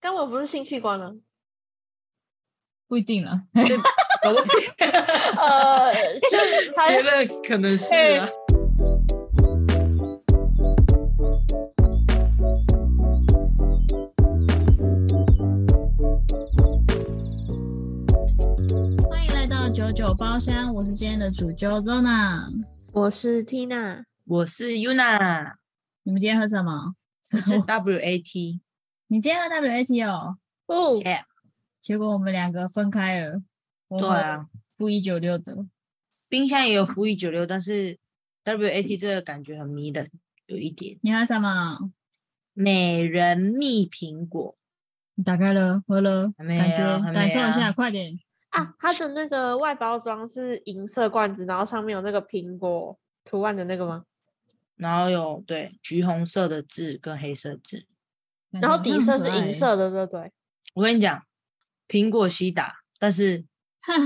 肛门不是性器官啊呢？不一定了。 呃， 就反觉正得可能是啊。欢迎来到九九包厢，我是今天的主揪 Zona。我是 Tina，我是 Yuna，你们今天喝什么？我是 WAT，你今天喝 WAT 哦？哦， Yeah，结果我们两个分开了。我对啊，，负一九六的。冰箱也有服役九六，但是嗯 WAT 这个感觉很迷人，有一点你喝什么？美人蜜苹果，你打开了，喝了，还没感啊觉还没感受一啊下，快点。啊，它的那个外包装是银色罐子，然后上面有那个苹果图案的那个吗？然后有对橘红色的字跟黑色的字。感然后觉底很色可是爱银，色的，对不对？我跟你讲，苹果西打，但是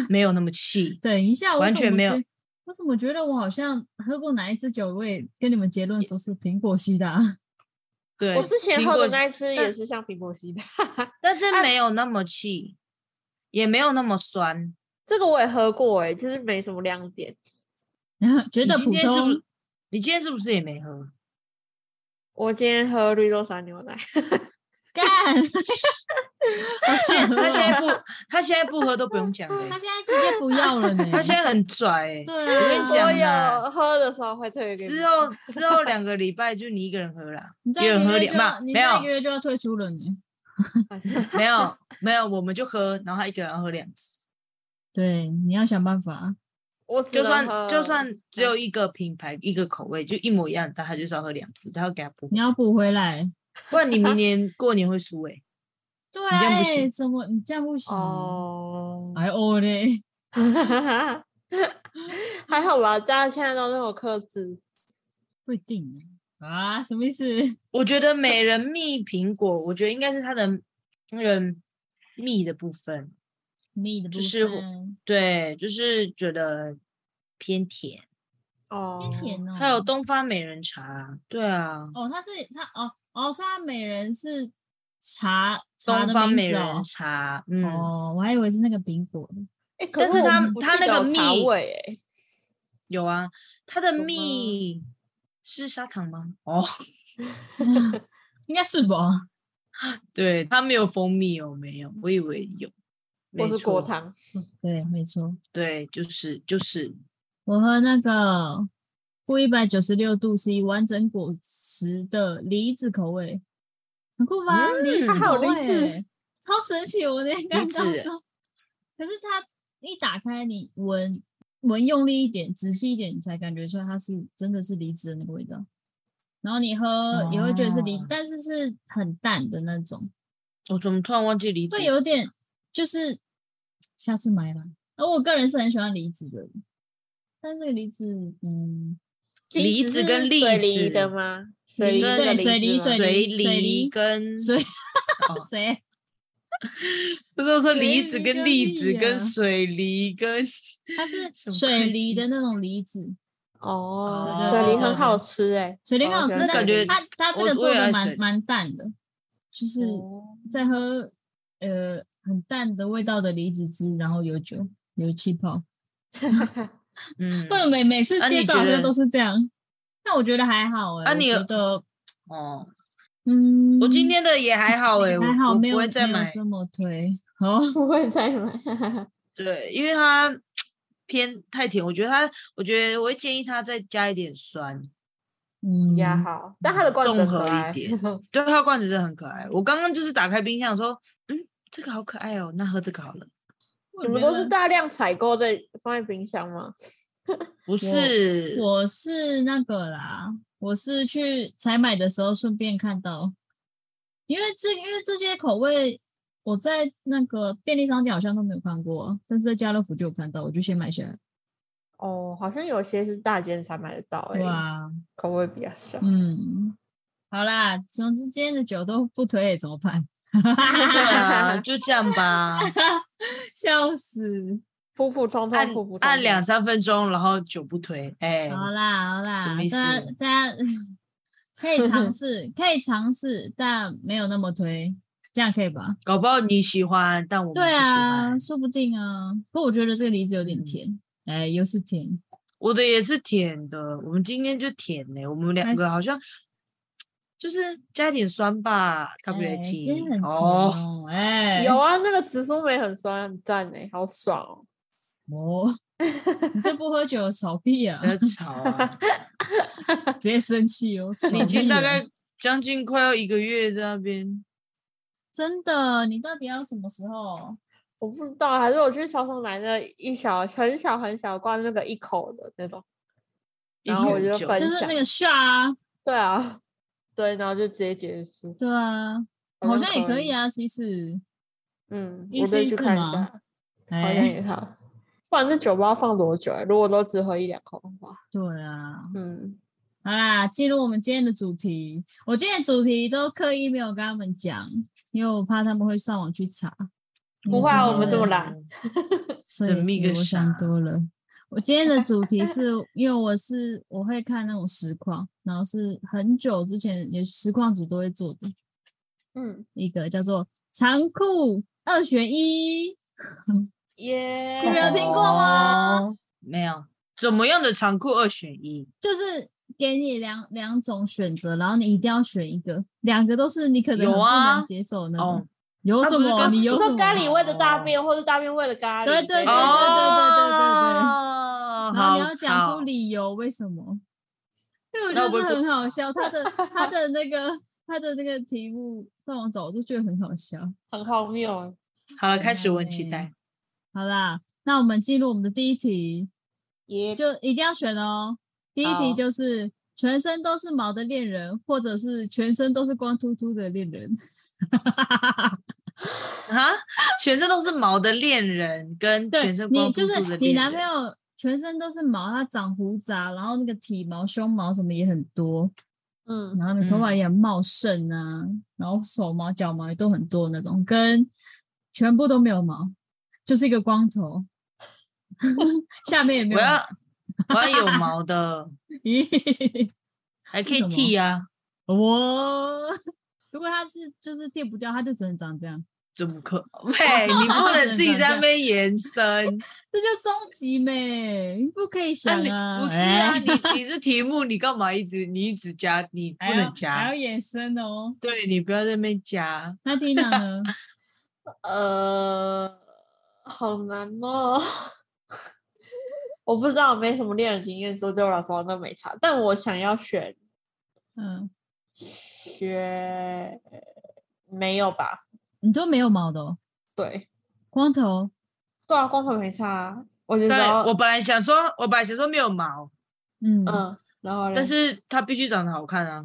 没有那么气。等一下，我完怎全么没有觉。我怎么觉得我好像喝过哪一支酒？我也跟你们结论说是苹果西 的啊、对，我之前苹喝果的那一次也但是像苹果西的，但是没有那么气，也没有那么酸。 这个我也喝过，哎，其实没什么亮点。然后觉你得今普天是不通是，？你今天是不是也没喝？我今天喝绿豆沙 牛奶，干，好想喝他 哦现在不，他现在不喝都不用讲了他欸，现在直接不要了呢。 他现在很拽欸。对我跟啊你，我讲啦有喝的时候会退给你之后之后两个礼拜就你一个人喝啦，你再别一人个喝月就两要，嘛，你没再一个有月就要退出了呢。没有没有，我们就喝，然后他一个人喝两次，对，你要想办法。 我只就能算喝就算只有一个品牌一个口味就一模一样，但他就是要喝两次，他要给他补，你要补回来。不然你 明年过年会输哎。对这样不啊，行哎怎么你这样不行？哦，哎哦嘞， 还好吧，大家现在都那么克制。 不一定啊，什么 意思？我觉得美人蜜苹果，我觉得应该是它的那个蜜的部分，蜜的部就是我分对，就是觉得偏甜。哦偏甜哦，还有东方美人茶，对啊，哦，它是它哦哦，虽然美人是茶茶东的方美名字人哦。茶，嗯，哦，我还以为是那个苹果 呢哎、可但是我它们不它记那得个有茶蜜味、欸，有啊，它的有吗蜜是砂糖吗？ 哦，应该是吧？对，它没有蜂蜜哦，没有，我以为有，或没是果错，糖。对，没错。对，就是就是我喝那个负一百九十六度 C 完整果实的梨子口味，很酷吧？嗯梨子它还有口味梨子欸，超神奇！我那感到梨子，可是它一打开，你闻闻用力一点，仔细一点，你才感觉出来它是真的是梨子的那个味道。然后你喝也会觉得是梨子，哦但是是很淡的那种，我怎么突然忘记梨子会？有点就是下次买吧。而我个人是很喜欢梨子的，但是这个梨子，嗯，梨子跟是栗水梨子的吗？水梨梨的对水梨梨子水吗水梨水梨梨跟所以哦谁？不是说水梨子梨跟跟栗栗子跟啊水梨 跟，它是什么水关系梨的那种梨子，哦，哦水梨很好吃哎、水梨很好吃，哦那但感觉它它这我个我做也爱的水蛮梨蛮淡的，就是哦在喝呃很淡的味道的梨子汁，然后有酒有气泡。嗯不，然每每次啊介你绍觉好像得都是这样，但我觉得还好哎、啊我你有觉得哦，嗯，我今天的也还好哎，我还好我没不有没会有再买，这么推哦， 不会再买。 对，因为它偏太甜，我觉得它，我觉得我会建议它再加一点酸，嗯，呀好，但它的罐子综很合可爱一。 点。对，它的罐子真的很可爱。我刚刚就是打开冰箱说，嗯，这个好可爱哦，那喝这个好了。我你们觉都得是大量采购在放在冰箱吗？不是，我是那个啦，我是去采买的时候顺便看到，因为这因为这些口味我在那个便利商店好像都没有看过啊，但是在家乐福就有看到，我就先买下来。哦，好像有些是大间才买得到哎、对啊，口味比较 少。 嗯，好啦，总之今天的酒都不推怎么办？ 对啊，就这样 吧，笑死！普普通按通，普普通按通两三分钟，然后酒不推，哎、啊好啦好什啦么意，思大家大家可以尝试，可以尝试，但没有那么推。这样可以吧？搞不好你喜欢，但我们对不喜啊，欢。说不定啊。不过我觉得这个梨子有点嗯甜，哎、又是甜。我的也是甜的，我们今天就甜呢、我们两那个好是像就是加一点酸吧哎，WT 今天很甜哦，哦，哎、有啊，那个紫苏梅很酸，很赞哎，好爽哦！哦，你这不喝酒少屁啊 不！要吵 啊！直接生气哦！你已今经大概将近快要一个月在那边，真的，你到底要什么时候？我不知道，还是我去超市买那一小很小很小罐那个一口的那种。已然经后我很就久分了就是享那个下啊，对啊， 对，然后就直接结束。对啊，好像也可以啊。啊。其实，嗯，意我思再意去思看一嘛下，好像哎，也好。不然这酒不知道放多久、欸，如果都只喝一两口的话，对啊。嗯，好啦，进入我们今天的主题。我今天的主题都刻意没有跟他们讲，因为我怕他们会上网去查。你不会啊知道我们这么的懒嗯，对神秘是个我啥想？多了。我今天的主题是因为我是我会看那种实况，然后是很久之前也实况组都会做的嗯，一个叫做“残酷二选一耶、你没有听过吗哦？没有，怎么样的长裤二选一？”，就是给你两两种选择，然后你一定要选一个，两个都是你可能有很不啊能接受的那种。哦，有它什不是么？跟啊你你有什说么？啊咖喱味的大哦便，或者大便味的咖喱？对对对对对对对哦然后你要讲好出理由为什么？因为我那觉我得不这会很好笑，他 的他的那个他的那个题目上网找，我都觉得很好笑。很荒谬欸。好了，开始很我很期难欸待。好啦，那我们进入我们的第一题，耶、就一定要选哦。第一好题就是全身都是毛的恋人，或者是全身都是光秃秃的恋人。啊，全身都是毛的恋人跟对全身光你秃就秃是的你恋男朋人，友全身都是毛，他长胡渣，然后那个体毛、胸毛什么也很多，嗯，然后你头发也很茂盛啊，然后手毛、脚毛也都很多那种，跟全部都没有毛，就是一个光头， 下面也没我有毛。要我要有毛的，咦，还可以什么剃呀、啊，我如果他是就是剃不掉，他就只能长这样，怎么 可？喂，你不能自己在那边延伸，这就终极美，你不可以 啊想你啊，不是哎啊，你你是题目，你干嘛一直你一直加，你不还要能哎还要加，延伸哦。对你不要在那边加，那 Tina 呢？呃，好难哦。 我不知道，没什么恋人经验，所以对我来说那没差。但我想要选嗯。学，没有吧？你都没有毛的、哦，对，光头对啊，光头没差、啊。我觉对得我本来想说，我本来想说没有毛，嗯，嗯，然后嘞但是他必须长得好看啊，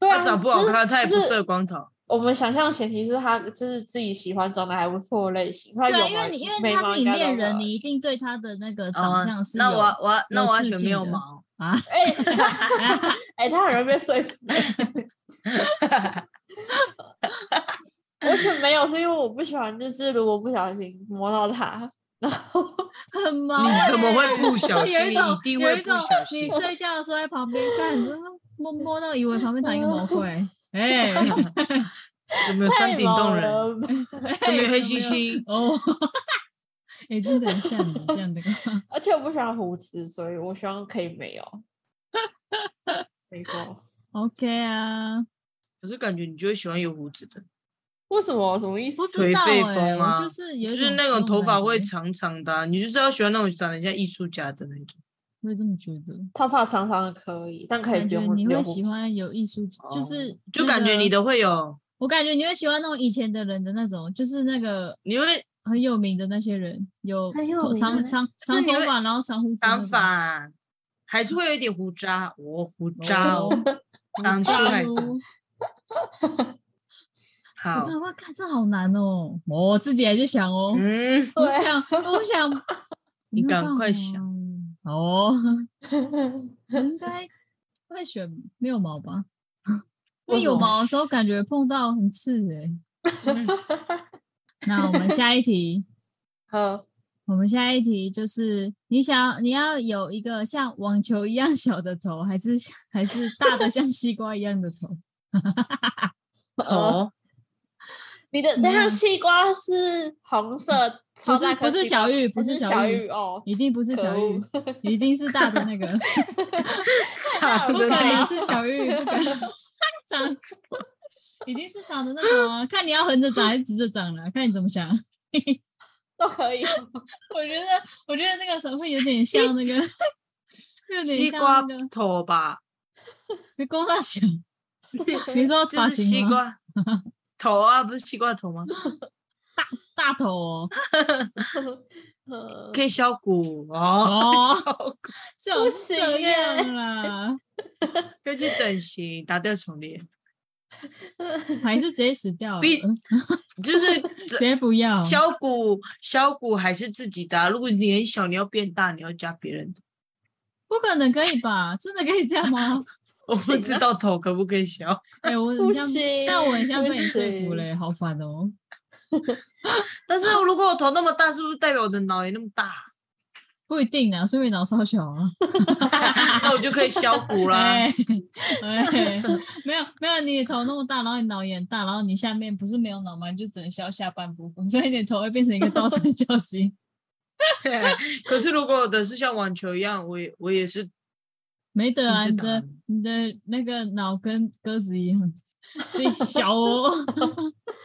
对啊，他长不好就是看，他也不就是适合光头。我们想象前提是他就是自己喜欢长得还不错的类型，他对有吗啊，因为你因眉为毛他是应你该都恋有啊人，你一定对他的那个哦长相是有、那我要我要那有我要自选没信有的 毛，啊，哎 哎，他很容易被说 服。我选没有是因为我不喜欢，就是如果不小心摸到他，很毛欸、你 怎么会不小心？有你一种一定有一会不种小心你。睡觉的时候在旁边看，摸摸到以为旁边躺一个魔鬼， 哎、怎么有太山顶毛洞人？了 吧，怎么有黑怎猩么猩？ 哦，哎、真的很像你这样的话，而且我不喜欢胡子，所以我希望可以没有。没错， ，OK 啊，可是感觉你就会喜欢有胡子的，为什么？什么意思不？知颓道废哎、风啊我就是有就一是那种这头发感会觉长长的啊、你就是要喜欢那种长得像艺术家的那种。我也这么觉得，头发长长的可以，但可以感不觉用你留会胡喜子。欢有艺术，就是、哦就感觉你的会有，我感觉你会喜欢那种以前的人的那种，就是那个你会很有名的那些人，有很有头名的长那长就长是你头会发，然后长胡子那长种，发，还是会有一点胡渣，我、胡渣哦哦，长出来的。哦好我，看，看这好难哦，我自己也去想哦，嗯，我对啊想，我想， 你没有赶办快法哦，我应该会选没有毛吧， 因为为什有么毛的时候感觉碰到很刺哎、 那我们下一题。 呵，我们下一题就是，你想你要有一个像网球 一样小的头，还是还是大的像西瓜一样的头？哦，你的那嗯像西瓜是红色，不超大是颗不是西瓜小玉，不还是是小玉，哦，一定不是可小玉恶， 一定是大的 那个，长不可得那能样是小玉，不可能 长，一定是长的那种啊！看你要横着长还是直着长了，看你怎么想。 都可以。 我觉得，我觉得那个怎么会有点像那个，有点西像瓜那个头吧？是公大小。 你说就发是型西吗？ 瓜头啊，不是西瓜头吗？大头 哦，嗯可以削骨哦，哦削骨就不是行这耶样啦，可以去整形，打掉重练，还是直接死掉了，比直 就是这接不要。削骨，削骨还是自己的啊、如果你很小，你要变大，你要加别人的。不可能可以吧？真的可以这 样吗？我不行啊知道头可不可以削，哎、我很不像，行但我很像被不你说服行嘞、好烦哦、但是如果我头那么大，是不是代表我的脑也那么大？啊不一定啊，说明脑烧小啊。 那我就可以削骨 啦 哎。哎，没有没有，你头那么大，然后你脑也很大，然后你下面不是没有脑吗？你就只能削下半部分， 所以你的头会变成一个倒三角形。 可是如果我的是像网球一样，我也我也是没得啊，停你止打的你的那个脑跟鸽子一样，最小哦。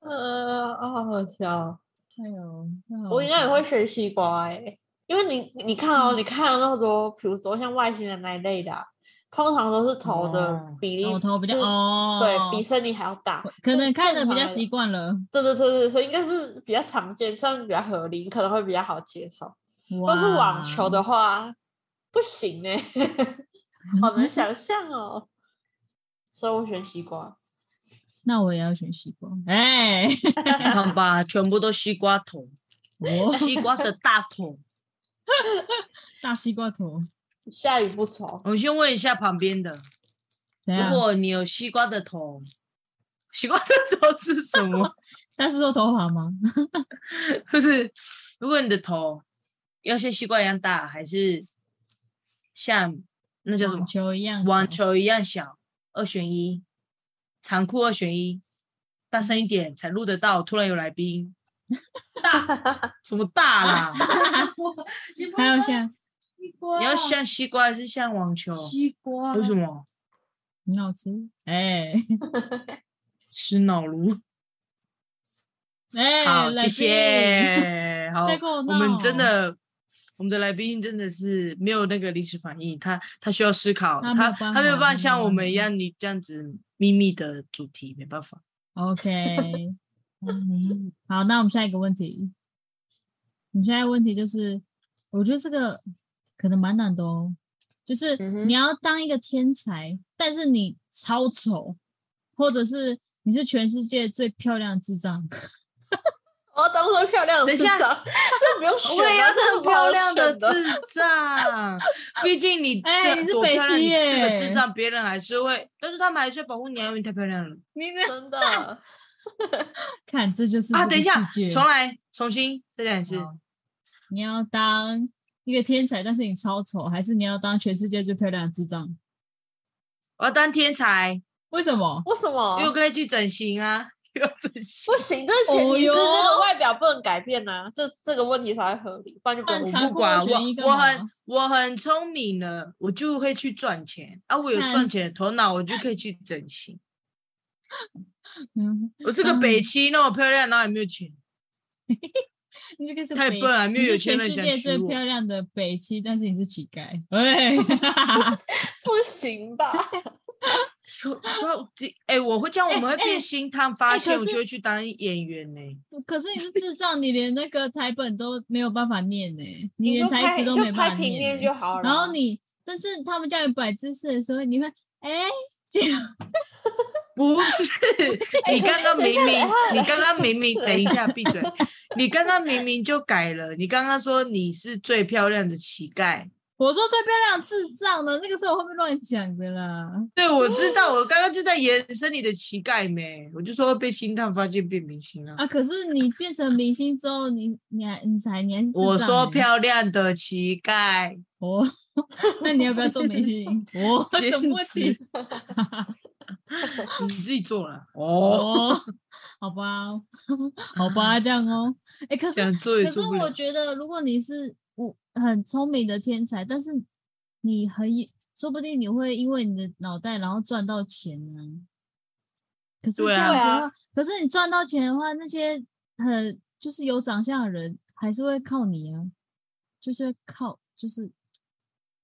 呃，好好笑。哎呦，我应该也会学西瓜哎，因为你你看哦，你看了那么多，比如说像外星人那一类的啊，通常都是头的哦比例，我头比较就是哦，对比身体还要大，可能是看的正比较常来习惯了。对对对对，所以应该是比较常见，算比较合理，可能会比较好接受。哇，要是网球的话，不行 呢、好难想象哦。所以我选西瓜，那我也要选西瓜。哎， 看嗯吧，全部都西瓜头，我西瓜的大头。大西瓜头，下雨不愁。我先问一下旁边的，怎如样？果你有西瓜的头，西瓜的头是什 么？但是说头发吗？就是如果你的头要像西瓜一样大，还是像那叫什么网球一样小，网球一样小？二选一，长裤二选一，大声一点才录得到。突然有来宾， 大什么大啦？你不还是说有像西瓜？你要像西瓜还是像网球？西瓜？为什么？很好吃。哎吃脑颅。 哎，好，来谢宾。谢。好，太过我闹们真的，我们的来宾真的是没有那个临时反应，他他需要思考，他没有办他他没有法办他法像没有我办们一法样，你这样子秘密的主题没办法。 OK，嗯好，那我们下一个问题，我们下一个问题就是，我觉得这个可能蛮难的哦，就是嗯哼你要当一个天才，但是你超丑，或者是你是全世界最漂亮的智障， 我要哦当做漂亮的等一市下长， 这不用哦选我也啊要这这很么漂亮亮 的字。智 障，毕竟你哎这你是多北漂亮七你是个耶智障，别人还是会，但是他们还是会保护你啊，因为你太漂亮了你呢？真的，看这就是这啊！个等一下世界，重来，重新再讲一次。好你要当一个天才，但是你超丑，还是你要当全世界最漂亮的智障？我要当天才，为什么？ 为什么因为？我可以去整形啊，要整 形不。行，这前提是哦哟那个外表不能改变呐、这这个问题才会合理，不然就不但用长不裤管二我选一，干我嘛很我很聪明的，我就会去赚钱啊！我有看赚钱的头脑，我就可以去整形。嗯，我这个北七那么漂亮，哪有没有钱？你这个是太北笨了，没你有有是钱全人世想界娶最我。漂亮的北七，但是你是乞丐。喂， 不行吧？就到底哎，我会这样，我们会变星探发哎现，可我是就会去当演员呢。可是你是智障，你连那个台本都没有办法念呢、 你就连台拍词都就没办拍法平面念、就好了。啊然后你，但是他们叫你摆姿势的时候，你会哎、这样 不是，哎你刚刚明明，你刚刚 明明，等一下，闭嘴！你刚刚明明就改了，你刚刚说你是最漂亮的乞丐，我说最漂亮的智障呢，那个是我后面乱讲的啦。对，我知道，哦我刚刚就在延伸你的乞丐没，我就说会被星探发现变明星啊。啊，可是你变成明星之后，你你还你才你还是智我障说欸漂亮的乞丐， 哦，那你要不要做明星？我 兼什么问题？你自己做了哦，哦， 好吧，哦好吧，这样哦。哎、可是想做也可是做不我了。觉得，如果你是我很聪明的天才，但是你很说不定你会因为你的脑袋然后赚到钱呢、可是这对啊样子的话，对可是你赚到钱的话，那些很就是有长相的人还是会靠你啊，就是会靠就是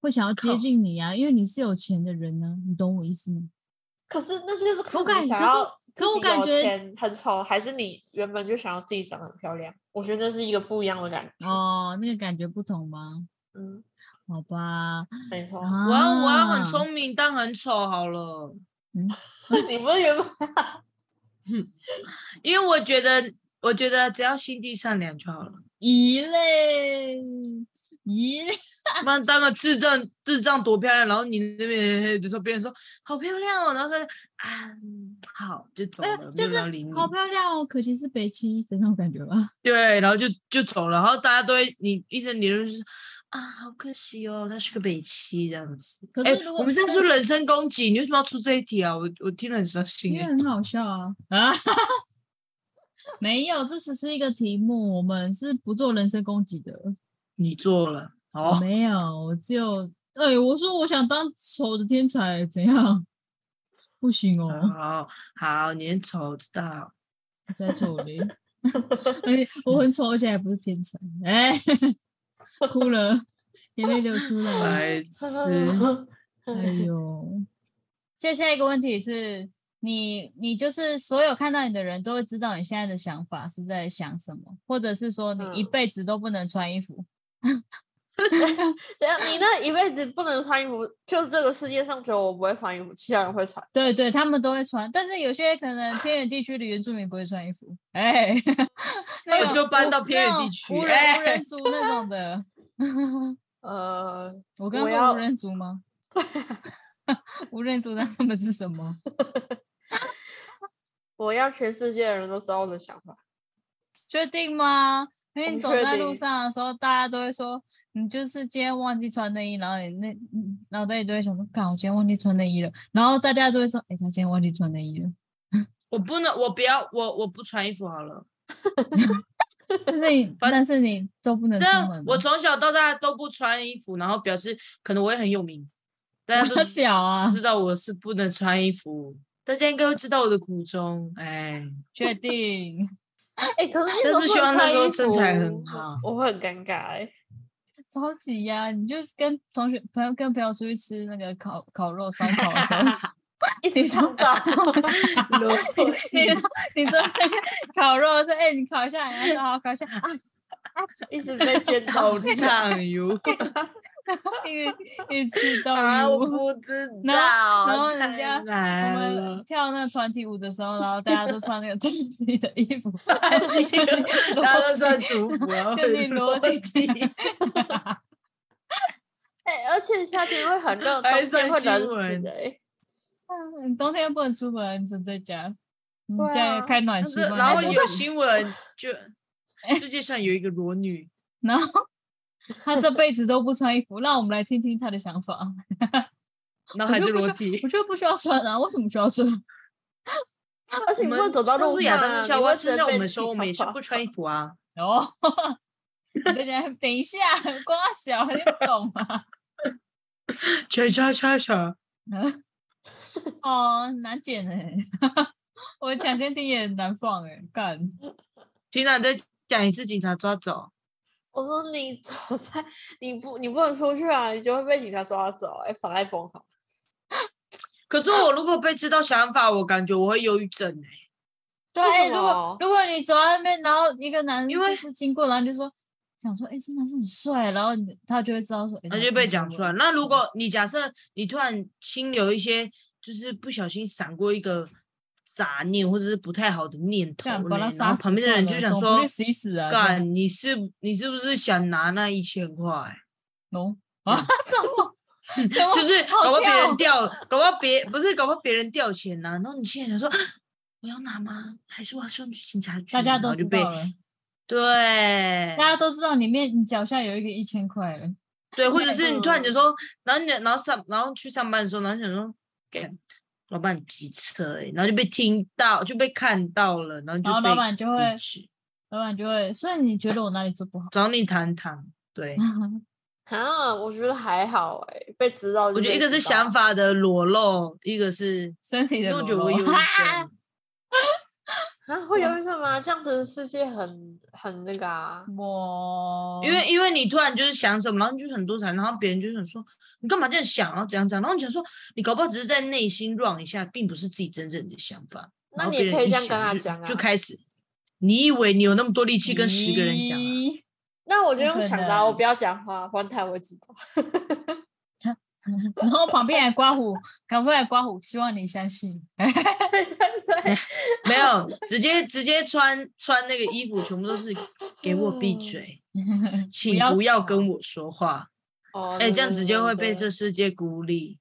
会想要接靠近你啊，因为你是有钱的人呢、你懂我意思吗？可是那些是看我感你想可是要可自我己感有觉钱很丑，还是你原本就想要自己长得很漂亮？我觉得那是一个不一样的感觉。哦，那个感觉不同吗？嗯，好吧，没错。啊、我要我要哦很聪明但很丑好了， 你不是原本因为我觉得我觉得只要心地善良 就好了，一类一类，不然当个智障智障多漂亮，然后你那边就说别人说好漂亮哦，然后说啊嗯好就走呃了，就没有人要理是你好漂亮哦，可惜是北七医生那种感觉吧。对，然后就就走了，然后大家都会你医生理论就是啊，好可惜哦，他是个北七这样子。可哎是如果我们现在说人身攻击，你为什么要出这一题啊？我我听了很伤心因为哎。很好笑啊 啊！没有，这只是一个题目，我们是不做人身攻击的。哦你做了哦， 没有，我只有哎、我说我想当丑的天才，怎样？不行哦。好好，你很丑，知道？在丑 嘞，而且我很丑，而且还不是天才，哎、 哭了，眼泪流出来。白痴， 哎呦，就下一个问题是你，你就是所有看到你的人都会知道你现在的想法是在想什么，或者是说你一嗯辈子都不能穿衣服。怎样？啊你那一辈子不能穿衣服，就是这个世界上只有我不会穿衣服，其他人会穿。对对，他们都会穿，但是有些可能偏远地区的原住民不会穿衣服， 哎、那我种就搬无到偏那远地种区无人无哎人族那种的。呃，我刚我刚说要无人族 吗？啊 无人族那他们是什么？我要全世界的人都知道我的想法。确定吗？我因为你不走确在路定上的时候，大家都会说你就是今天忘记穿内衣，然后你那嗯脑袋里都会想说，干，我今天忘记穿内衣了。然后大家都会说，哎、他今天忘记穿内衣了。我不能，我不要，我我不穿衣服好了。但是你，反但是你都不能出但门。我从小到大都不穿衣服，然后表示可能我也很有名，大家都傻小啊，知道我是不能穿衣服，大家应该会知道我的苦衷。 哎，确定。哎、可是你但是怎希么望不能那穿时候衣身材很服好我会很尴尬哎、超级呀、你就是跟同学、朋友、跟朋友出去吃那个烤烤肉、烧烤的时候，一起长 大。 你你坐在烤肉说：“哎、你烤一下，然后说好烤一下啊一直 被见到好你，烫哟！啊，一直一直吃到啊，我我不知道，嗯然后然后人太家难们 了。跳那个团体舞的时候，然后大家都穿那个团体的衣服， 大家都穿族服，然后就你裸体体，哎、而且夏天会很热，冬还天上会冷新死闻的、欸。你 冬天不能出门，你只能在家，你对家啊开暖但气是吗，然后你有新闻就世界上有一个裸女，然后他这辈子都不穿衣服，让我们来听听他的想法。然 后还我是就不裸说体我，觉得不需要穿啊，为什么需要穿？啊而且你不会走到但路是上亚当啊，跟夏你娃会吃直在接我被们说，气我们也是场不穿衣服啊。哦，大家等一下，光小他就不懂啊了。叉叉叉叉，哦，难剪哎、 我抢先听也很难放哎、干缇娜你再讲一次，警察抓走。我说你走在，你不你不能出去啊，你就会被警察抓走、哎、妨碍风化。可是我如果被知道想法，我感觉我会忧郁症哎、对为哎、什如果么如果你走到那边，然后一个男因就为是经过，然后你就说想说，哎、这男生很帅，然后你他就会知道说，哎那就被讲出来。那如果你假设你突然心有一些，就是不小心闪过一个杂念或者是不太好的念头干嘞，啊把他哦然杀后死旁边的人算就了想总不说去死一死啊：“这样干，你是你是不是想拿那一千块？ 喏啊什么？什么就是哦好搞不好别跳 人掉，搞不好别不是搞不好别人掉钱呐、然后你现在想说 啊：“我要拿吗？还是我要送去警察局？”大家然都后就知被道了，对大，家都知道里面你脚下有一个一千块了，对，或那者是你突然就个说，然后你然后上然后去上班的时候，然后想说，干，老板机车、欸，然后就被听到，就被看到了，然后然后就被嗯老板就会，离职老板就会，所以你觉得我哪里做不好？ 找你谈谈。对，嗯啊，我觉得还好哎、被知道就我被知道。觉得一个是想法的裸露，一个是身体因的为我裸觉得我露忧郁症，啊，会嗯有什么？这样子的世界很很那个啊，我因为因为你突然就是想什么，然后你就很多才，然后别人就想说你干嘛这样想，然后怎样讲，然后你想说你搞不好只是在内心乱一下，并不是自己真正的想法。那然你后别也人可以一这样跟想他就讲啊就开始。你以为你有那么多力气跟十个人讲啊？咦那我就不用可想的啊，我能不要讲话，换台我知道。 然后旁边还刮胡， 赶快来刮胡，希望你相信。没有，直接直接穿穿那个衣服，全部都是给我闭 嘴，请不要跟我说话。哦，哎、对这样对子对就会对被这世界孤立。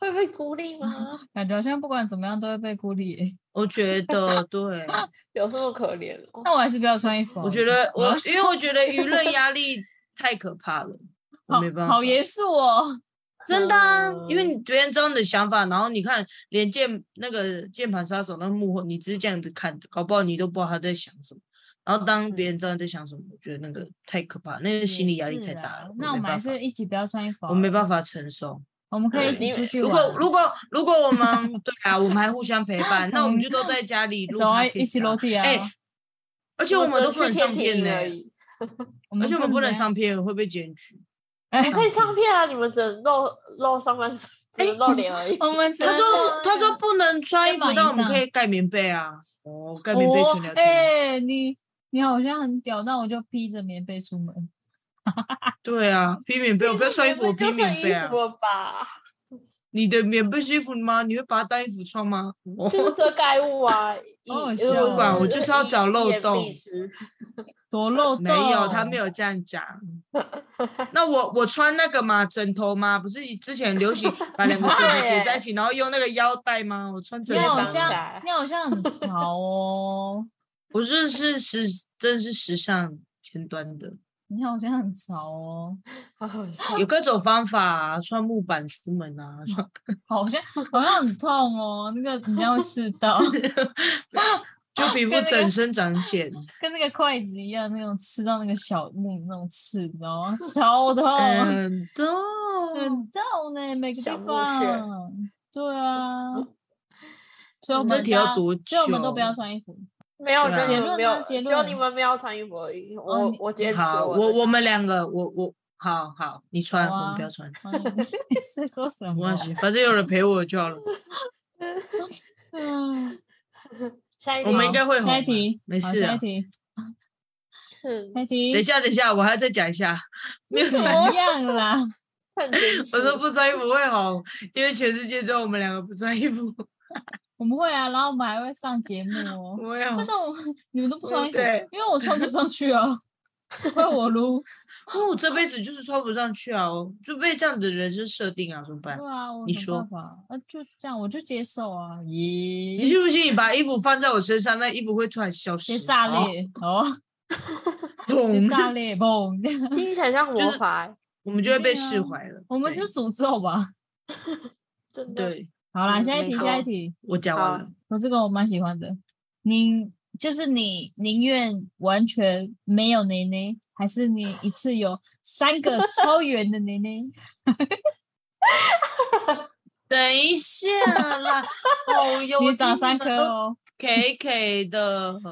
会被孤立 吗？感觉好像不管怎么样都会被孤立欸。我觉 得对，有这么可怜哦？那我还是不要穿衣服好了。我觉得我因为我觉得舆论压力太可怕了，我好没办法好。严肃哦。 真的、啊，因为嗯你别人知道你的想法，然后你看连键那个键盘杀手那幕后，你只是这样子看的，搞不好你都不知道他在想什么。然后当别人知道你在想什么，我觉得那个太可怕，那个心理压力嗯也太是大啊了。那我没们还办法是一起不要穿衣服。我没法，办法承受。我们可以一对起因出为去如玩。果 如果如果我们对啊，我们还互相陪伴，那我们就都在家 里录走啊， podcast 一起裸体啊！哎，而且我们只都能不能去天上体片营呢，而已，我而且我们不能怎样。上片会被检举。哎你可以上片啊，你们只能露露上半身，只能露脸 而已。 我们只他能说露他说不能穿衣肩服膀，以但我们可上以盖棉被啊。哦，盖棉被我纯聊天。哎、你你好像很屌，那我就披着棉被出门。对啊，披棉被，我不要穿衣服，我你披们就棉成被衣啊服。了吧？你的棉被是衣服吗？你会把它当衣服穿吗？我就是 遮盖物啊，以好好呃笑哦不管我就是要找漏一言蔽洞之多漏洞！没有，他没有这样讲。那我我穿那个吗？枕头吗？不是之前流行把两个枕头对叠在一起，然后用那个腰带吗？我穿你枕直接头好绑起吗，来像你好像很潮哦，不是是时，真是时尚前端的，你好像很潮哦， 好好笑。有各种方法、啊，穿木板出门啊，穿好像好像很痛哦，那个你这样会刺到， 就皮跟肤那个整身长茧。跟那个筷子一样，那种刺到那个小木那种刺，你知道吗？超痛， 嗯，对，很痛呢、每个地小木方屑。对 啊，所以我这们题要大家多所以我们都不要久穿衣服。没有，对就啊你结们论没呢有，结只有论你们没有穿衣服而已。我你我坚持好，的我我想们两个，我我好好，你穿，好我啊们不要穿，啊你 在说什没么关？系，反正有人陪我就好了。嗯，下一我们应题该会下一红的题，没好事下啊一题，哼下一题。等一下，等一下，我还要再讲一下，没有怎穿么样啦？ 看真我说是不穿衣服会红，因为全世界只有我们两个不穿衣服，我们会啊，然后我们还会上节目哦。我要为什么 你们都不穿衣服嗯对？因为我穿不上去啊，怪我 撸。因为我哦这辈子就是穿不上去啊，我就被这样的人生设定啊，怎么办对？啊，我你有什么办法？啊，就这样，我就接受啊。你咦，信不信？你把衣服放在我身上，那衣服会突然消直失，接炸啊，裂哦，直接砰！ 炸裂嘣！ 听起来像魔是法欸，我们就会被一定啊释怀了。我们就对诅咒吧。真的。对好啦，嗯下一没题，下一错题。我讲好完了，我这个我蛮喜欢的。你就是你宁愿完全没有奶奶，还是你一次有三 个超圆的奶奶？等一下 啦，哦哟，你我长听三们颗都哦， K K 的很，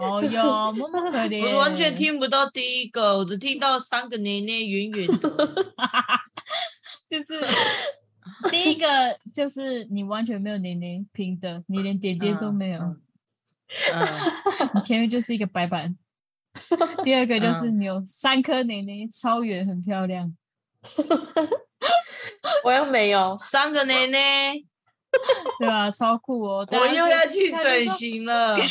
哦哟， 默默可怜。我完全，听不到第一个，我只听到三个年年远远的。 就是第一个就是你完全没有奶奶平的，你连点点都没有，嗯嗯，你前面就是一个白板。第二个就是嗯你有三颗奶奶，超圆，很漂亮。 我又没 有，三个年年，对啊，超酷哦！大我家又就要去大家就整说形了。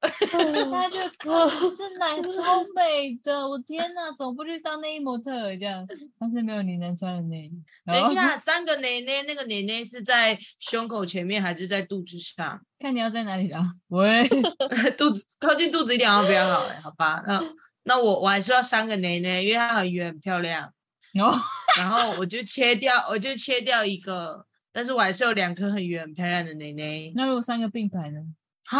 哦大家就看这奶超美的，我天哪，怎么不去当内衣模特儿这样？但是没有你能穿的内衣。然等后一下，三个年年，那个年年是在胸口前面还是在肚子上？看你要在哪里啦？喂， 肚子靠近肚子一点好像比较好、欸，好吧？那那我我还是要三个年年，因为它很圆很漂亮。然后然后我就切掉，我就切掉一个，但是我还是有两颗很圆很漂亮的奶奶那如果三个并排呢？啊，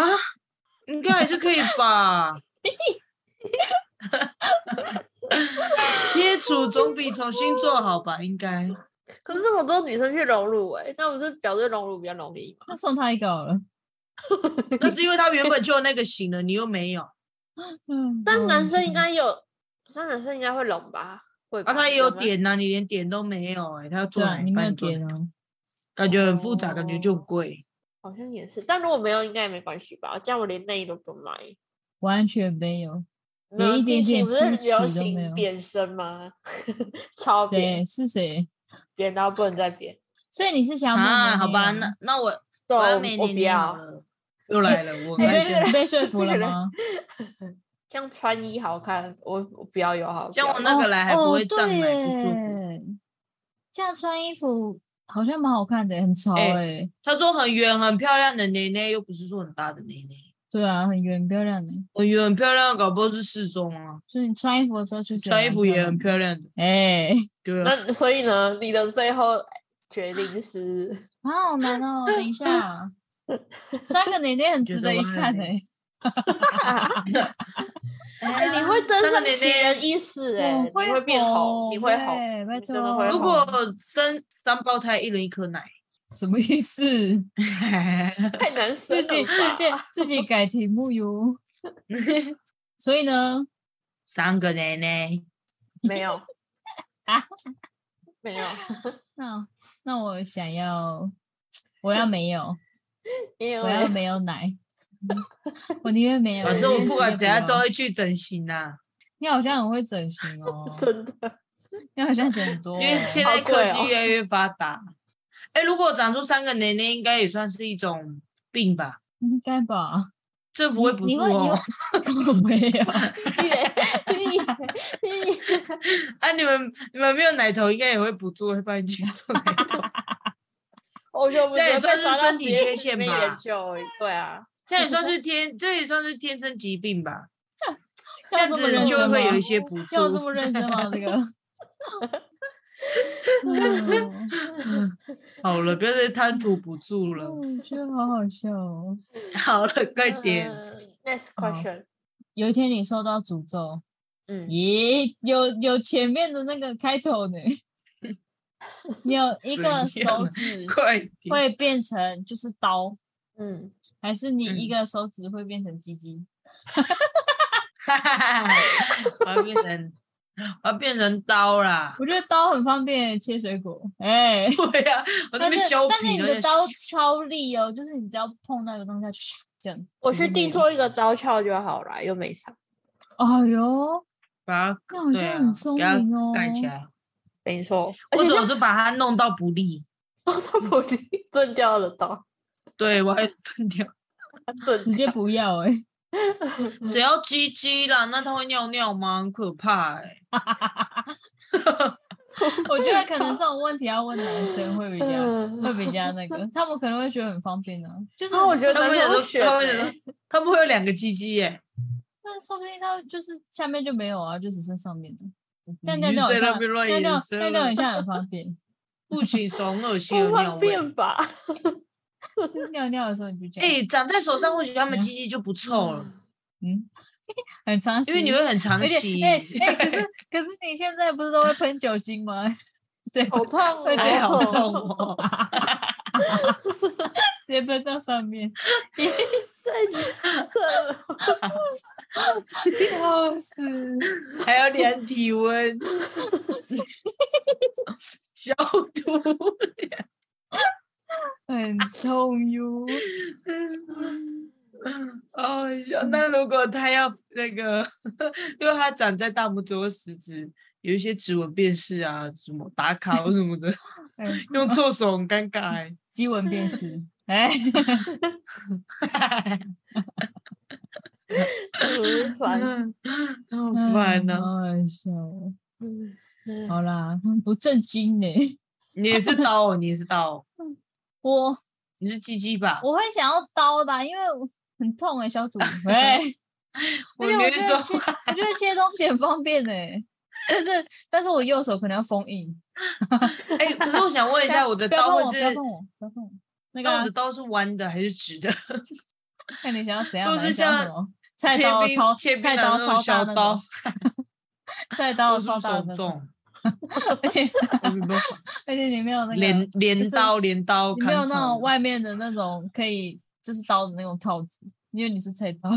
应该还是可以 吧。切除总比重新做好吧，应该。可是我都女生去隆乳哎、那不是表示隆乳比较容易吗？那送他一个好了。那是因为他原本就有那个型了，你又没有，嗯，但男生应应该。该有，那男生应该会隆吧？会吧啊，他也有有吗点呐、你连点都没有、欸，他要做对哪啊，一你没有半做哪点一半哦。感觉很复杂，感觉就很贵。好像也是，但如果没有应该也没关系吧？这样我连内衣都不买。完全没有。没有一点近期点不是凸起流都没行有扁身吗？ 超哦谁扁，是谁？扁到不能再扁。所以你是想要啊，妹妹好吧，哦那那我对，我我要没我年不龄要好了，又来了，我你开哎始对对被对你被说服这了个人吗？这样穿衣好看，我我不要有好看。这样我那个来还不会胀哦对奶不舒服。耶这样穿衣服好像蛮好看的，很潮哎哎。他说很圆很漂亮的奶奶，又不是说很大的奶奶，对啊，很圆，很漂亮的。很圆很漂亮，搞不好是适中啊。所以你穿衣服的时候就是穿衣服也很漂亮的，亮。哎，对啊。那所以呢，你的最后决定是啊好难哦！等一 下，三个奶奶很值得一看觉得哎。 哎、你会登三个上奶奇奶人伊始哎、欸欸我你会变红，你会红。哎拜你真的会托如果哦生三胞胎，一人一颗 奶，什么意思？ 太难生了自己吧自己自己改题目哟。所以呢，三个奶奶，没 有啊没有，那那我想要，我要没有，因我要为，没有奶，我宁愿没有。嗯 反正我宁愿不直管接怎样不都要会去整形啊呐、你好像很会整形 哦 真的你好像很多因哦。为现好在科贵技哦越来越 发达。哎、如果长出三个奶奶，应该也算是一种病吧？应该 吧？政你府会补你助会你哦 会。 我没有，屁嘞屁屁啊，你们你们没有奶头，应该也会补助，会帮你去做 奶头。我觉得我们这也只算会被是抓到身体实验缺室陷里面吧研究而已，对啊，这也算是天，这也算是天生疾病吧？这要样这么子认就真会有一吗？些补助。要这么认真吗？ 这个。 嗯好了，不要再贪图补助哦了。我觉得好好笑哦。好了，快点。嗯 Next 好 question，有一天你受到诅咒，嗯，咦，有有前面的那个开头 呢？你有一个怎样手啊指快点！ 会变成就是刀，嗯，还是你一嗯个手指会变成鸡鸡？哈哈哈哈我要变成，我要变成刀啦！我觉得刀很方便切水果，哎、对呀、我那但边是削但是皮你都的在刀超利哦，就是你只要碰到一个东西它就唰这样。我直去接定裂做一个刀鞘就好了，又没差，哎呦，把它，那好对像啊很聪给它明哦。盖起来。没错， 而我且总是把它弄到不利，都是嗯不利，钝掉的刀，对我还吞掉。钝直接不要哎、 谁要鸡鸡啦？那它会尿尿吗？很可怕哎、我觉得可能这种问题要问男生会比较 嗯会比较那个，他们可能会觉得很方便呢、就是啊我觉得他男们生有会时选候他们有欸时 候他们会有两个鸡鸡耶，但说不定他就是下面就没有啊，就只剩上面的。这样你尿就尿好在那像边乱尿延尿伸尿尿了很像 很方便，不行，手很恶心，有不尿方味。便 吧？就是尿尿的时候你就这样，哎、长在手上，或许他嗯们鸡鸡就不臭了，嗯，很常洗，哎因为你会很常而洗且。哎哎，可是可是你现在不是都会喷酒精吗？对，好痛哦，哎，好好 痛哦！直接喷到上面，这已经射了，笑死！还要量体温，消毒。很痛哟，哦，笑那嗯如果他要那个，因为他长在大拇指或食指，有一些指纹辨识啊，什么打卡或什么的， 哎用错手很尴尬 欸激吻辨识，哎， 很烦。嗯，好烦哎呐、好好笑哦。嗯好啦，不正经呢、你也是刀哦，你也是刀哦，我你是鸡鸡吧？我会想要刀的啊、因为我很痛欸 哎、小肚。哎、我而且没我有觉得说切，我觉得切东西很方便哎、但是但是我右手可能要封印。哎、可是我想问一下，我 的不要刀碰我，不要会是碰我，不要碰我。那个那我啊的刀是弯的还是直的？看你想要怎样或嘛，是你想要像什么菜切刀冰超切冰菜的刀超那种大小那刀种， 菜刀握住哦超大的手那种， 中，而且我没办法而且你没有那个镰就镰是刀镰刀，你没有砍那草种外面的那种可以就是刀的那种套子，因为你是菜刀，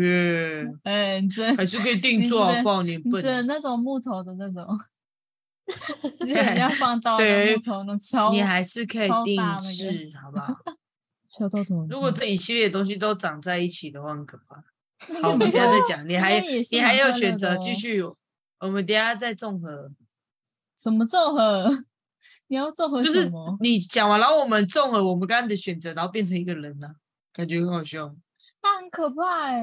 耶，哎，你真还是可以定你做是好不是不好？你很你笨只能那种木头的那 种，就是人家放刀的谁木头那种超你还是可以超定大那个 制，好不好？小豆头。如果这一系列的东西都长在一起的话，很可 怕。应好，该我是们不等一下会再讲，你应还该也是你蛮还有快乐选的择哦继续，我们等一下再综合。什么奏合，你要奏合就什是么？你讲完，然后我们中了我们刚刚的选择，然后变成一个人呢、啊感觉很好笑。那很可怕哎，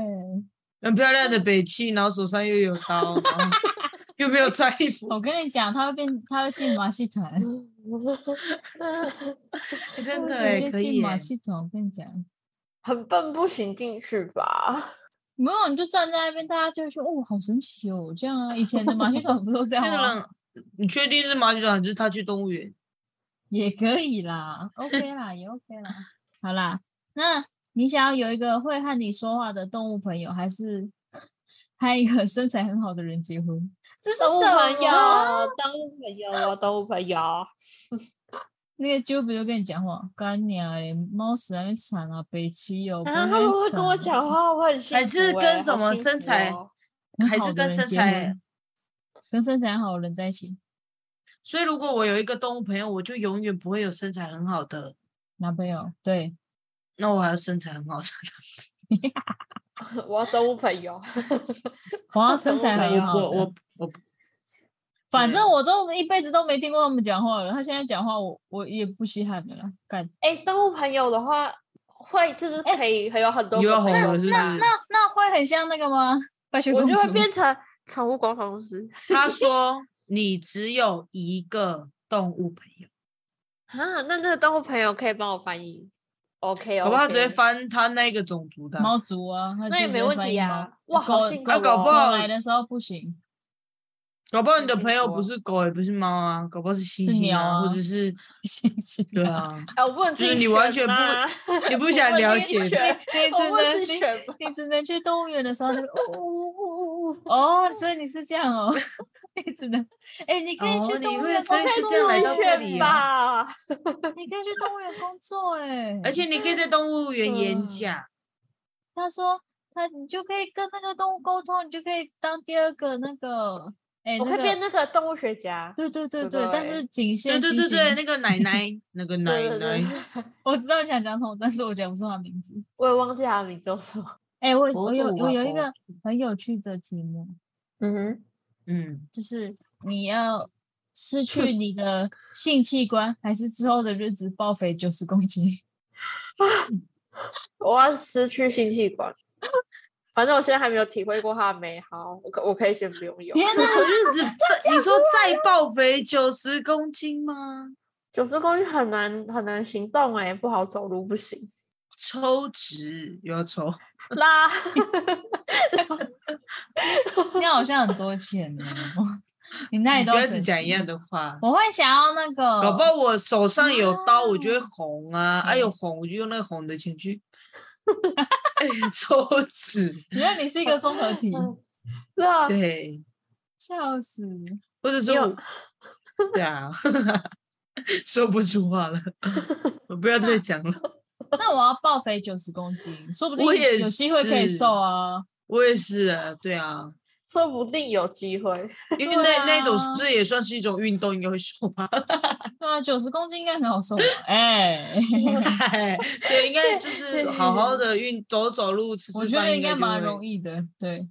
很漂亮的北汽，然后手上又有刀，然后 又没有穿衣服，我跟你讲，他会变，他会进马戏团， 欸真的他会哎、直接可以进马欸戏团。我跟你讲， 很笨不行进去吧？没有你就站在那边，大家就会说哦，好神奇哦，这样啊，以前的马戏团 不都这样这个吗？人，你确定是马戏团还是他去动物园？也可以啦，OK 啦， 也 OK 啦。好啦，那你想要有一个会和你说话的动物朋友，还是 和一个身材很好的人结婚？这是动物什朋友么？，动物朋友啊，动物朋友，那个 j u b 就跟你讲话，干娘嘞，猫屎还没铲啊，北齐有。啊，他们会跟我讲，话，我很幸还是福跟欸什好么幸身福材哦 还是跟身材？跟身材好的人在一起，所以如果我有一个动物朋友，我就永远不会有身材很好的，男朋友对，那我还要身材很好的。我要动物朋友，我要身材哎很呀好我的。我我反正我都一辈子都没听过他们讲话了，他现在讲话我我也不稀罕的了，干。哎，动物朋友的话，会就是可以很有很多又个要朋红友了是不那是？那那会很像那个吗？白雪我公主就会变成宠物沟通师他说你只有一个动物朋友，啊。那那个动物朋友可以帮我翻译，OK 哦，搞不好直接翻他那个种族的啊。猫族啊，它那也就没是问翻题译啊猫哇好狗幸那福搞哦不好狗来的时候不行， 搞不好你很的幸朋友福不哦是狗也不是猫啊，搞不好是猩是猩鸟啊或者 是行行，对啊，哎，我不能自就是己你完选全不呐你不想我了自己解的，选你啊我只不能自能己你选吧你只能去动物园的时候，那边呜呜呜 呜呜，哦，所以你是这样哦， 你只能，哎，你可以哦去你动物会园所以工可以是自这样来到己这里选 哦吧。作，你可以去动物园工作，哎，而且你可以在动物园演嗯讲，他说他你就可以跟那个动物沟通，你就可以当第二个那个，哎，我那可以个变那个动物学家。对对对对对，不但对是仅对限对猩对对，猩那个奶奶，那个奶对对对奶，，我知道你想讲什么，但是我讲不出他名字。我也忘记他的名字是什么。哎、我博我有主我啊有一博个很有趣的题目，嗯哼，嗯，就是你要失 去你的性器官，还是之后的日子暴肥九十公斤？我要失去性器官。 反正我现在还没有体会过它的美好，我可我可以先不用有。天这哪！个日子再你说再暴肥九十公斤吗？九十公斤很难很难行动哎、不好走路不行。 抽脂又要抽，啦，你好像很多钱哦， 你那里你都不要要整哦只讲形一样。的话。我会想要那个，搞不好我手上有刀，我就会哇红啊！哎、有嗯红，我就用那个红的钱去、哎抽 脂。因为你是一个综 合体，嗯哦那对，笑死！或者说有我，对啊， 说不出话了， 我不要再讲了。 那我要暴肥九十公斤，说不定我也有机会可以是瘦啊。我也是啊，对 啊，说不定有机会。因为对那、那种啊这也算是一种运动，应该会瘦吧？对啊，九十公斤应该很好瘦吧？哎、哎对，应该就是好好的运，走走路，吃我吃觉得饭，应该该蛮易，容易的，对。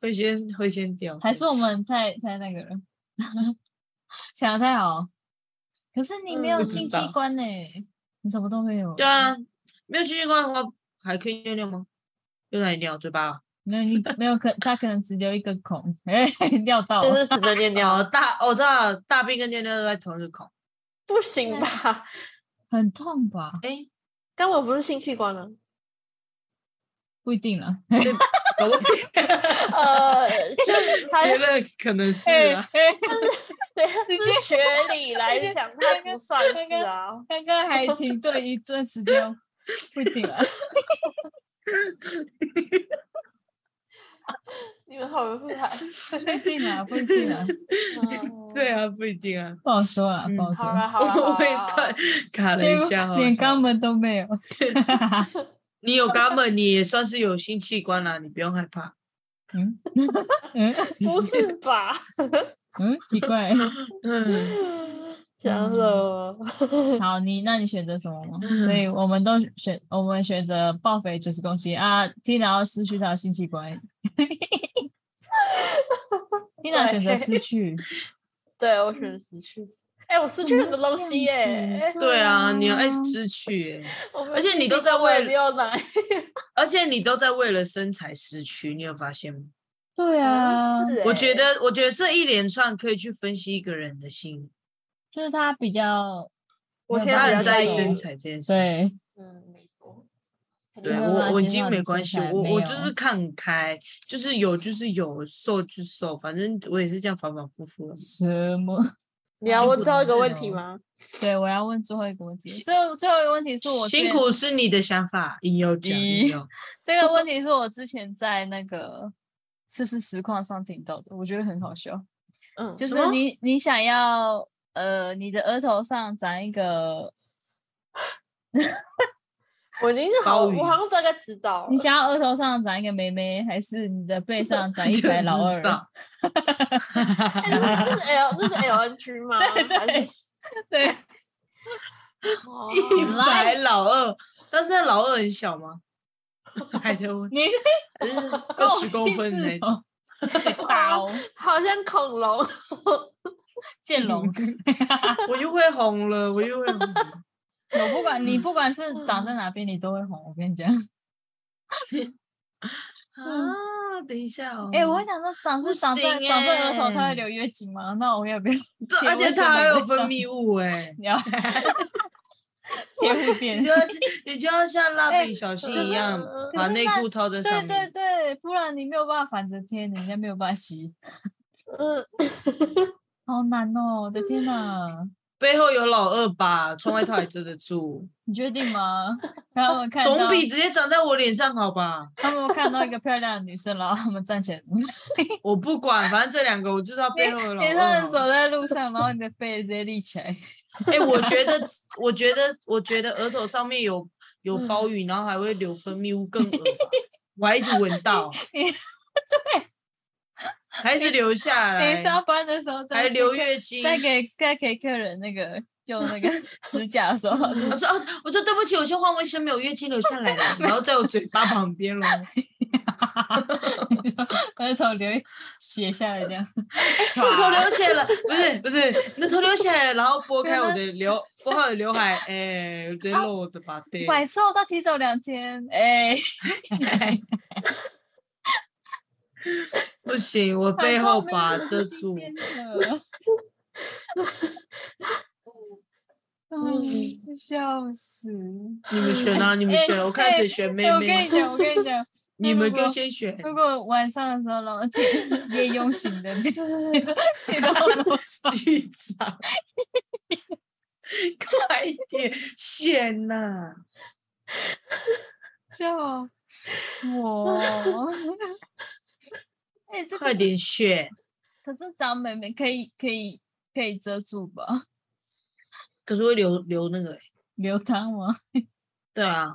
会先会先掉。还是我们太太那个了，想的太好。可是你没嗯有不知性器道官呢、你什么都没有。对啊，没有去冠的话，还可以尿尿吗？用来尿嘴巴？没有你没有可，他可能只留一个孔，哎、 料到就是只能尿哦，尿，大，我知道大便跟尿尿都在同一个孔。不行吧？嗯很痛吧？哎，啊 根本不是性器官了。不一定了，搞不好呃，就是他 觉得可能是哎啊，哎对，是学理来你讲，刚他刚不算刚是啊。刚刚还停顿一段时间，哦不顶了。你们好厉害。不一定啊，不一定 啊，嗯对啊，不一定啊。不好说啦，嗯不好说好。了好了，好 我啦会好断啦卡了一下哈，连肛门都没有。你有肛门，你也算是有性器官啦、你不用害怕。嗯 嗯不是吧？嗯，奇 怪。 嗯，讲了，好，你那你选择什么吗？所以我们都选，我们选择报废九十公斤啊，Tina 要失去她的性器 官。Tina 选择失去，对我选失去。哎，我失去很多东西耶、哎对啊，你要爱失去欸、我没有而且你都信心在我也为没有来，而且你都在为了身材失去，你有发现吗？ 对啊，是我哎觉得，我觉得这一连串可以去分析一个人的心，就是她比啊较，我现他在比很较在意在意身材这件事。对，嗯，没错。对啊没有啊办我，法我已接经纳没你身关系，材我没我有啊就是看开，就是有就是有，瘦就瘦，反正我也是这样反反复复的。什么？你啊要辛问苦最后一个自己问哦题吗？对，我要问最后一个问题。辛最后最后一个问题是我之辛前苦是你的想法，引诱讲你引诱，这个问题是我之前在那个就是实况上听到的，我觉得很好笑。嗯，就什是么你你想要呃，你的额头上长一个，我已经好，鲍鱼我好像大概知道了你。想要额头上长一个妹妹，还是你的背上长 就一知排老二？道哎 那是那是 L 那是 LNG 吗？对对 对，哦，一排老二，但是老二很小吗？还的 我你二十公分的那种，种，大哦，好像恐 龙。剑龙。哦我又会红了，我又会红了。我不管你不管是 长在哪边，你都会红。我跟你讲，啊，等一下哦，嗯哎、我会想说长不是长在、行长在额头，欸它会流月经吗？那我要不要这铁而且为什它么还有会分上，泌物哎 你要贴护垫你？就要你就要像 蜡哎笔小新可一是样可把是内那裤套在对上对面。对，不然你没有办法反着贴，人家没有办法吸， 嗯，好难哦！我的天哪，背后有老二吧，穿外套也遮得 住，你确定吗？然后我看到 总比直接长在我脸上 好吧？他们看到一个漂亮的女生，然后他们站起 来，我不管，反正这两个我就是要背后有老你他二们走好了。在路上，然后你的背直接立起来，哎，我觉 得，我觉得，我觉得额头上面有有包嗯雨，然后还会流分泌物，更恶吧我还一直闻 到，对，还一直流下等来一，下班的时候再还给流客月经。再给再给客人那个就那 个指甲的时候，我说啊，我说对不起，我先换卫生棉，我月经流下来了，然后在我嘴巴旁边 咯。额头流血下来这样，我头流血 了，不是不是，那头流血了，然后拨开我的刘，拨开我的刘海，哎、我直啊接露我的把对。买错到提早两天，哎、哎 不行，我背后把遮住。 嗯，笑死！你们选啊，你们选，我看谁选妹哎我跟妹你。讲，我跟 你讲，你们如果就先选，如果晚上的时候，然后就夜游型的这个，你知道 多少？局长， 快一点选呐、笑 我。 哎，这快点选。可是长妹妹可以可以可以遮住吧？可是会流流那个、欸，流汤吗？对啊，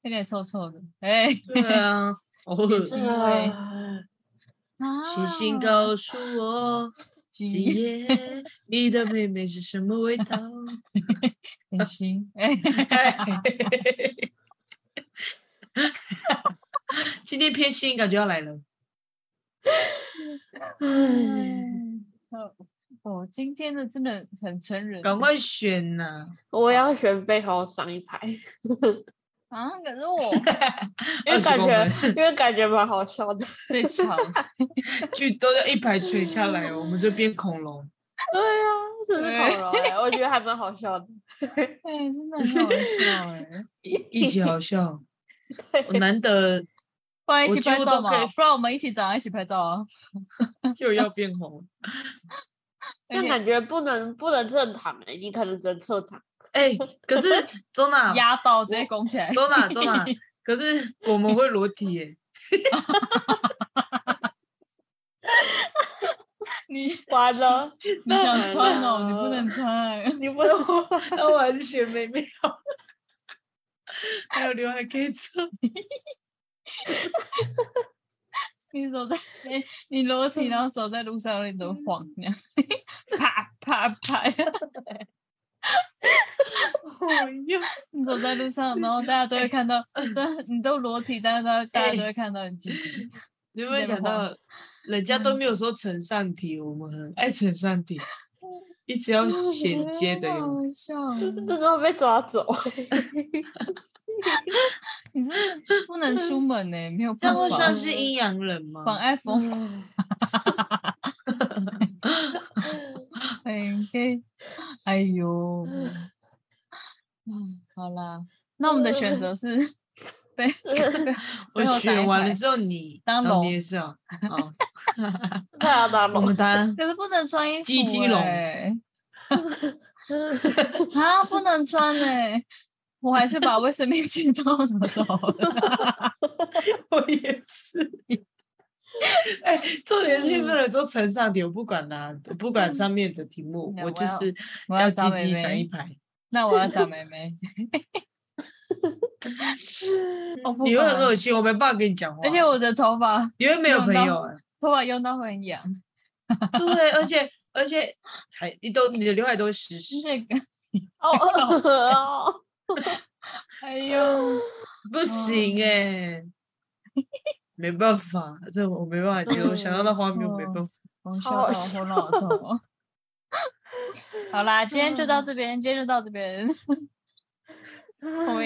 有点臭臭的。哎， 对啊，偶尔谢写谢啊 啊信告诉我，今几 夜你的妹妹是什么味道？ 很行。哎，今天偏心感觉要来了，哦，我今天的真的很成人。赶快选呐、我要选背后上一 排，啊！可是 我因为20感公觉分因为感觉蛮好笑的。 最吵。剧都要一排垂下来哦，我们这边恐 龙。对啊，这是对恐龙哎，我觉得还蛮好笑的。哎， 真的很好笑哎。一一起好笑，对 我难得不然一我起几拍乎照都嘛可以，不然我们一起长，一起拍照 啊。又要变红了。而但且感觉不能不能正躺哎、你可能只能侧 躺。哎、可是周 娜，压到直接拱 起来，周娜，周 娜，可是我们会裸体耶、你完了，你想穿哦，那你不能穿。 你不能说 那我还是选妹妹好了。 还有刘海可以遮，你走在你你裸 体，然后走在路上，你都晃那样， 啪啪啪。我要你走在路 上，然后大家都会看到，但你都裸体，但是大家大家都会看到你自 己。你有没有想到，人家都没有说呈上题，我们很爱呈上题，一直要衔接 的有没有。好笑哦，真的会被抓走。你 真的不能出门呢，没有这办样会法，算是阴阳人妨吗？碍风 水。 哎呦，嗯，呃好啦，那我们的选择是被我最后打选一完排了之后你，当哦龙你也是哦，哦太阳打我龙，们当可是不能穿衣服、欸，鸡鸡笼 啊，不能穿哎、我还是把卫生棉洗到手手 了。 我也是。 哎、重点是为了做呈上题，我不管啦、我不管上面的题目，那嗯我我就要是我要积找极妹展一妹，排。那我要找 妹妹。我不你会很管恶心，我没办法跟你讲话，而且我的头发你会没有用朋到友、啊。头发用到会很痒，对，而且而且还你都你的刘海都会湿湿， 那个哦哦， 哎呦，不行哦哎、没办法，这我没办嗯法接受，我想到那画面我没哦办我法。笑好到我笑头脑好痛 哦。好啦，今天就到这边，今天就到这边。我们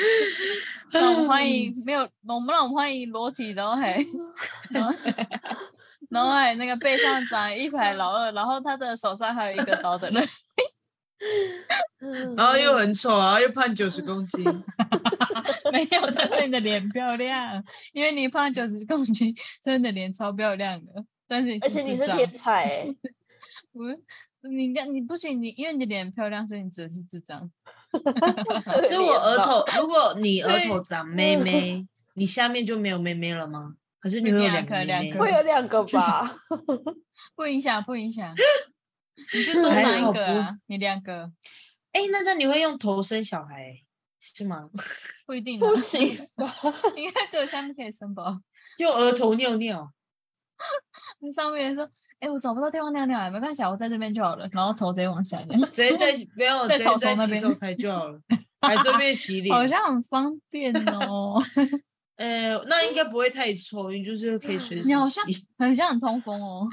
让我们欢迎没有，我们让我们欢迎裸体，哦然后还，然后然后还那个背上长一排老二，然后他的手上还有一个刀的人， 嗯然后又很丑，然后又胖九十 公斤，没有，但是你的脸漂亮，因为你胖九十公斤，所以你的脸超漂亮的。但是你而且你智是障天才 哎、不是，你应该你不行，你因为你的脸漂亮，所以你只能是智障。欸，所以我额脸吧，头，如果你所额以头长妹妹， 你下面就没有妹妹了吗？可是你会有两两颗啊个妹两妹颗？会有两个 吧？不影响，不影响，你就多哎还长好一个不啊，你两个哎，那这样你会用头生小孩欸是吗？ 不一定啊，不行吧？应该只有下面可以生吧。用额头尿尿？那上面说，哎、我找不到地方尿尿啊，没关系啊，我在这边就好了。然后头直接往下尿，直接在没有在直接草在丛那洗边手台 就好了，还顺便洗脸。好像很方便哦， 呃，那应该不会太臭，因为就是可以随时你好像洗。很像很通风哦。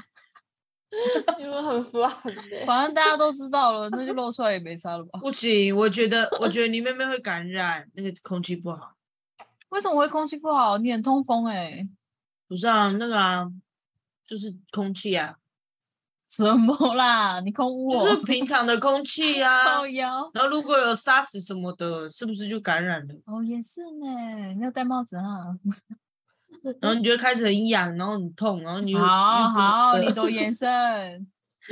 你们很烦 哎、反正大家都知道了，那就露出来也没差了吧？不行，我觉得，我觉得你妹妹会感染，那个空气不好。为什么会空气不好？你很通风哎、不是啊，那个啊，就是空气啊，什么啦？你空污、哦？就是平常的空气啊 靠。腰然后如果有沙子什么的，是不是就感染了？哦，也是呢，你要戴帽子啊。然后你就会开始很痒，然后很痛，然后你又好好，你你都延 伸，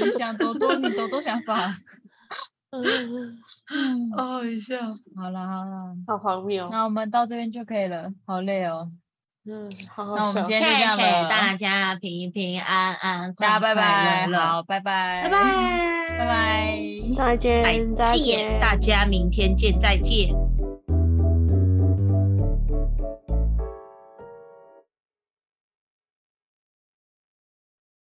你想多多，你多多想法。嗯嗯，好笑。 好啦好啦，好荒谬。那我们到这边就可以了，好累哦。嗯，好那好笑我们。今天就这样了，家平平安安，大家拜拜，快快乐乐好，拜拜，拜拜，拜拜。再见，再再见，见，大家明天见，再见。